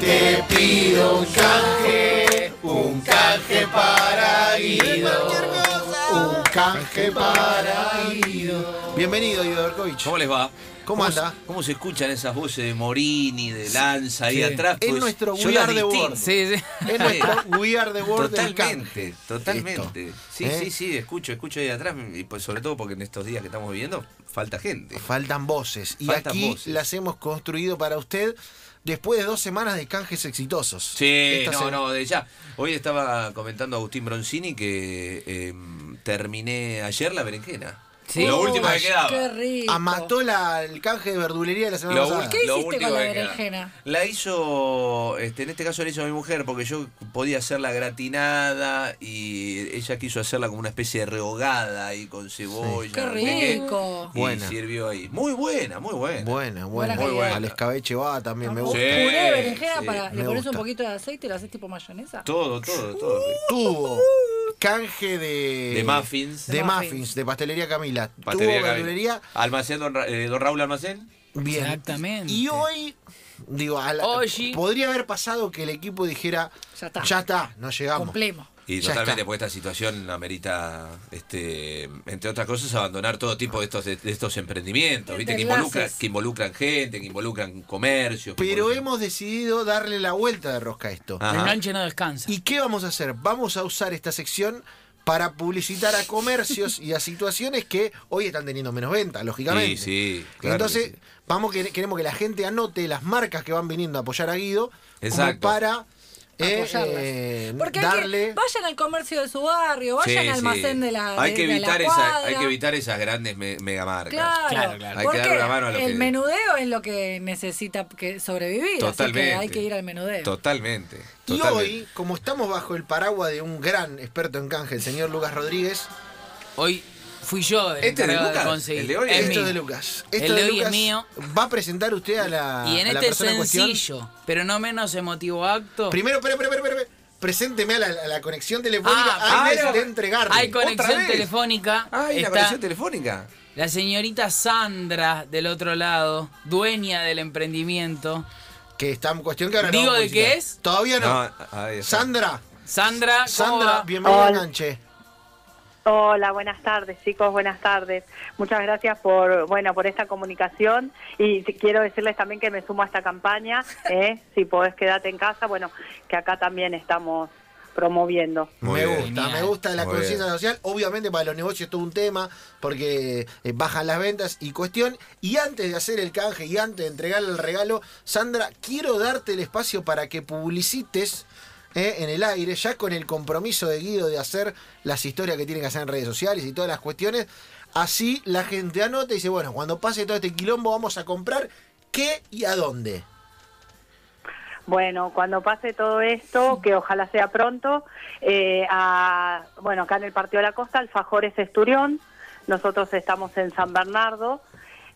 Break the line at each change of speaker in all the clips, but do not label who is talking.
Te pido un canje, un canje para Guido. Un canje para Guido. Bienvenido, Guido Berkovich.
¿Cómo les va?
¿Cómo anda?
se- ¿Cómo se escuchan esas voces de Morini, de Lanza ahí
Sí.
atrás? Pues,
Es nuestro
yo las
Willard de
distingo.
Born.
Sí, sí.
Es nuestro We Are the World del canje.
Totalmente, totalmente.
Listo.
Sí,
¿Eh?
sí, sí, escucho, escucho ahí atrás, y pues sobre todo porque en estos días que estamos viviendo falta gente.
Faltan voces. Y
Faltan
aquí
voces.
las hemos construido para usted después de dos semanas de canjes exitosos.
Sí,
Esta
no,
se-
no, de ya. Hoy estaba comentando a Agustín Broncini que eh, terminé ayer la berenjena.
Sí.
Lo último que
Ayer.
quedaba.
Qué rico.
Amató la- el canje de verdulería de la semana
Lo
pasada.
ul-
¿Qué
lo
hiciste
último
con la
que queda.
berenjena?
La hizo, este, en este caso la hizo mi mujer, porque yo podía hacerla gratinada y ella quiso hacerla como una especie de rehogada ahí con cebolla.
Qué
no sé qué,
rico.
Y
Buena.
sirvió ahí. Muy buena, muy buena.
Buena,
Buena
buena.
Muy
buena.
Al escabeche va también, me
Un
gusta.
Sí.
Puré de berenjena
sí,
para.
me
Le pones un
gusta.
poquito de aceite y lo haces tipo mayonesa.
Todo, todo, todo.
Uh, Tuvo canje de...
De muffins.
De
De
muffins,
muffins.
de pastelería Camila.
Pastelería
Tuvo
Gaby.
verdulería.
Almacén, don, Ra- eh, don Raúl Almacén.
Bien.
Exactamente.
Y hoy, digo, a la-
Oye.
podría haber pasado que el equipo dijera,
Ya está.
ya está, no llegamos.
Cumplimos.
Y
Ya
totalmente,
está.
pues esta situación amerita, este, entre otras cosas, abandonar todo tipo de estos, de, estos emprendimientos, ¿viste? Que
Enlaces.
involucran, que involucran gente, que involucran comercios. que
Pero
involucran-
hemos decidido darle la vuelta de rosca a esto.
Ajá.
El enganche no descansa.
¿Y qué vamos a hacer? Vamos a usar esta sección para publicitar a comercios y a situaciones que hoy están teniendo menos ventas, lógicamente.
Sí, sí, claro
Entonces,
que sí.
vamos que queremos que la gente anote las marcas que van viniendo a apoyar a Guido como
Exacto.
para eh,
Apoyarlas.
eh,
Porque hay que-
darle.
vayan al comercio de su barrio,
Sí,
vayan
sí.
al almacén de la.
hay
de-
que
de la
evitar esa,
cuadra.
hay que evitar esas grandes me- megamarcas.
Claro,
Claro, claro.
Hay
porque
que dar una mano a lo
el
que-
menudeo es lo que necesita que sobrevivir. Así
Totalmente.
que hay que ir al menudeo.
Totalmente.
Y
totalmente.
hoy, como estamos bajo el paraguas de un gran experto en canje, el señor Lucas Rodríguez,
Hoy fui yo el
¿Este es de
encargado
Lucas?
conseguir.
¿El de hoy?
Es
esto
mío.
es de Lucas. Esto
El de
de
hoy es
Lucas
mío.
va a presentar usted a la,
Y en
Ah,
a la
este
persona en cuestión.
sencillo, pero no menos emotivo acto.
Primero, pero, pero, pero, pero, pero, presénteme a la, a la conexión telefónica
Ah,
antes
claro.
de entregarle.
Hay
¿Otra
conexión
vez?
telefónica.
Ay, la
Está
conexión telefónica.
la señorita Sandra del otro lado, dueña del emprendimiento.
Que está en cuestión que ahora no
Digo,
vamos a
¿de
publicitar.
qué es?
Todavía no.
ahí está.
Sandra,
Sandra, ¿cómo
Sandra,
va?
bienvenida a
Hola.
Canche.
Hola, buenas tardes, chicos, buenas tardes. Muchas gracias por, bueno, por esta comunicación y si- quiero decirles también que me sumo a esta campaña, ¿eh? si podés quedarte en casa, bueno, que acá también estamos promoviendo.
Muy
me
bien.
gusta,
Genial.
me gusta la
Muy
conciencia
bien.
social. Obviamente para los negocios es todo un tema, porque eh, bajan las ventas y cuestión. Y antes de hacer el canje y antes de entregarle el regalo, Sandra, quiero darte el espacio para que publicites eh, en el aire, ya con el compromiso de Guido de hacer las historias que tienen que hacer en redes sociales y todas las cuestiones. Así la gente anota y dice, bueno, cuando pase todo este quilombo vamos a comprar qué y a dónde.
Bueno, cuando pase todo esto, que ojalá sea pronto, eh, a- bueno, acá en el Partido de la Costa, Alfajores Esturión, nosotros estamos en San Bernardo,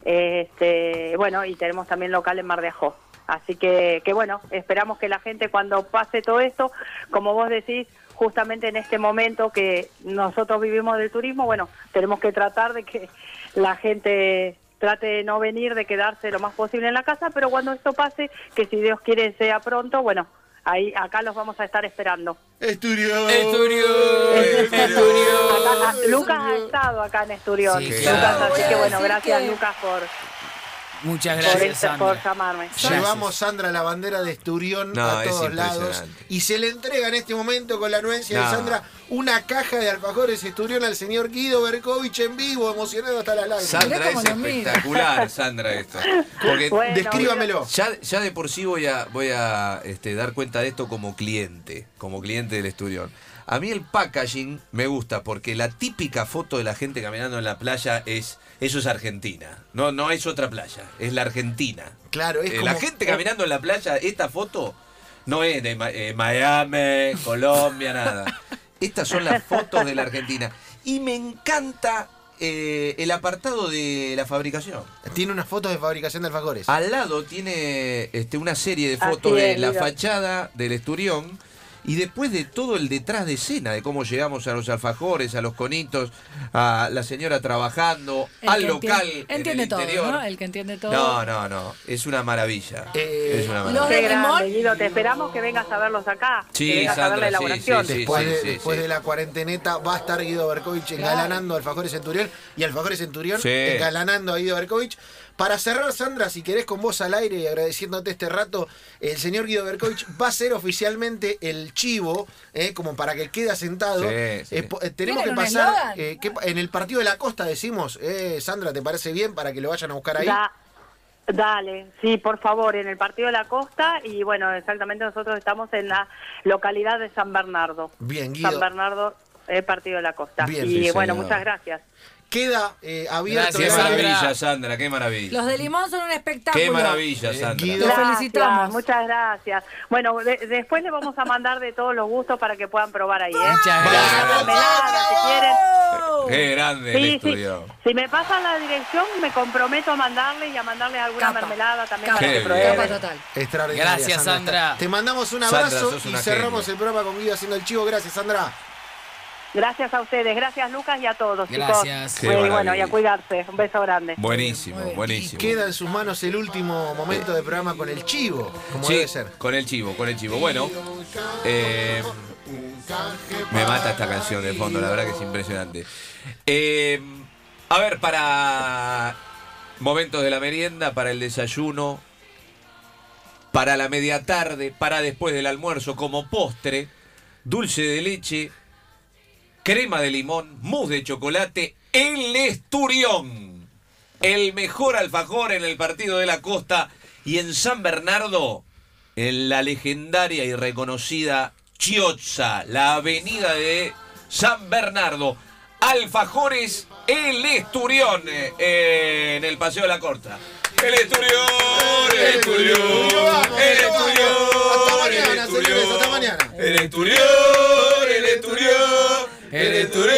este, bueno, y tenemos también local en Mar de Ajó. Así que, que bueno, esperamos que la gente cuando pase todo esto, como vos decís, justamente en este momento que nosotros vivimos del turismo, bueno, tenemos que tratar de que la gente trate de no venir, de quedarse lo más posible en la casa, pero cuando esto pase, que si Dios quiere sea pronto, bueno, ahí acá los vamos a estar esperando.
Estudio.
Esturión, Esturión.
Acá- a- Lucas ha estado acá en Esturión,
Sí,
Lucas,
claro.
así que bueno,
Así
gracias
que-
Lucas por,
Muchas
por
gracias,
este-
Sandra.
por llamarme.
Gracias.
Llevamos Sandra la bandera de Esturión
No,
a
es
todos lados.
impresionante.
Y se le entrega en este momento con la anuencia
No.
de Sandra una caja de alfajores Esturión al señor Guido Berkovich en vivo, emocionado hasta las lágrimas.
Sandra
Mirá cómo
es
lo mira.
espectacular, Sandra, esto. Porque
Bueno,
Descríbamelo.
ya, ya de por sí voy a, voy a este, dar cuenta de esto como cliente, como cliente del Esturión. A mí el packaging me gusta porque la típica foto de la gente caminando en la playa es, eso es Argentina. No, no es otra playa, es la Argentina.
Claro, es
Eh,
como-
La gente caminando en la playa, esta foto no es de Ma- eh, Miami, Colombia, nada. Estas son las fotos de la Argentina. Y me encanta eh, el apartado de la fabricación.
Tiene unas fotos de fabricación de alfajores.
Al lado tiene este, una serie de
Así
Ah,
fotos de
es,
la
mira.
fachada del Esturión Y después de todo el detrás de escena, de cómo llegamos a los alfajores, a los conitos, a la señora trabajando,
El
al
que
local.
entiende-
en el
Entiende todo,
interior.
¿no? El que entiende todo.
No, no, no. Es una maravilla.
Eh,
es una
los
maravilla.
Qué
de
grande,
Limón.
Guido, te esperamos que vengas a verlos acá.
Sí,
que vengas a ver la
Sandra, sí,
elaboración.
sí,
Después, de,
sí,
después
sí.
de la cuarenteneta va a estar Guido Berkovich engalanando a Alfajores Centurión y Alfajores Centurión
Sí.
engalanando a Guido Berkovich. Para cerrar, Sandra, si querés con vos al aire y agradeciéndote este rato, el señor Guido Berkovich va a ser oficialmente el chivo, eh, como para que quede asentado.
Sí,
Eh,
sí.
po- eh, tenemos que
¿Tienen un
pasar
eslogan?
eh, que pa- en el partido de la costa, decimos, eh, Sandra, ¿te parece bien para que lo vayan a buscar ahí?
Da- dale, sí, por favor, en el Partido de la Costa y bueno, exactamente nosotros estamos en la localidad de San Bernardo.
Bien, Guido.
San Bernardo, eh, Partido de la Costa.
Bien,
y
sí,
bueno,
señor.
muchas gracias.
Queda eh, abierto.
Gracias,
Qué
el-
Sandra.
maravilla, Sandra, qué maravilla.
Los de Limón son un espectáculo.
Qué maravilla,
Eh,
Sandra.
Guido.
Los felicitamos.
Muchas gracias. Bueno, de- después le vamos a mandar de todos los gustos para que puedan probar ahí, ¿eh?
Muchas
Pueden
gracias.
hacer mermelada, si quieren.
Qué grande el
Sí, sí.
estudio.
Si me pasan la dirección, me comprometo a mandarles y a mandarles alguna
Capa.
mermelada también
Capa.
para que
Qué
prueben.
Capa total.
Extraordinaria.
Gracias, Sandra.
Te mandamos un
Sandra,
abrazo
sos
y
una
cerramos
genia.
el programa con Guido haciendo el chivo. Gracias, Sandra.
Gracias a ustedes, gracias Lucas y a todos,
Gracias.
chicos.
Qué
Eh, bueno, y
maravilla.
a cuidarse. Un beso grande.
Buenísimo,
Y
buenísimo.
queda en sus manos el último momento del programa con el chivo, como
Sí,
debe ser.
con el chivo, con el chivo. Bueno, eh, me mata esta canción de fondo, la verdad que es impresionante. Eh, a ver, para momentos de la merienda, para el desayuno, para la media tarde, para después del almuerzo, como postre, dulce de leche, crema de limón, mousse de chocolate, el esturión. El mejor alfajor en el partido de la costa y en San Bernardo, en la legendaria y reconocida Chiozza, la avenida de San Bernardo. Alfajores El Esturión eh, en el Paseo de la Corta. El Esturión, el Esturión, el Esturión, el Esturión, el Esturión, el Esturión, el Esturión.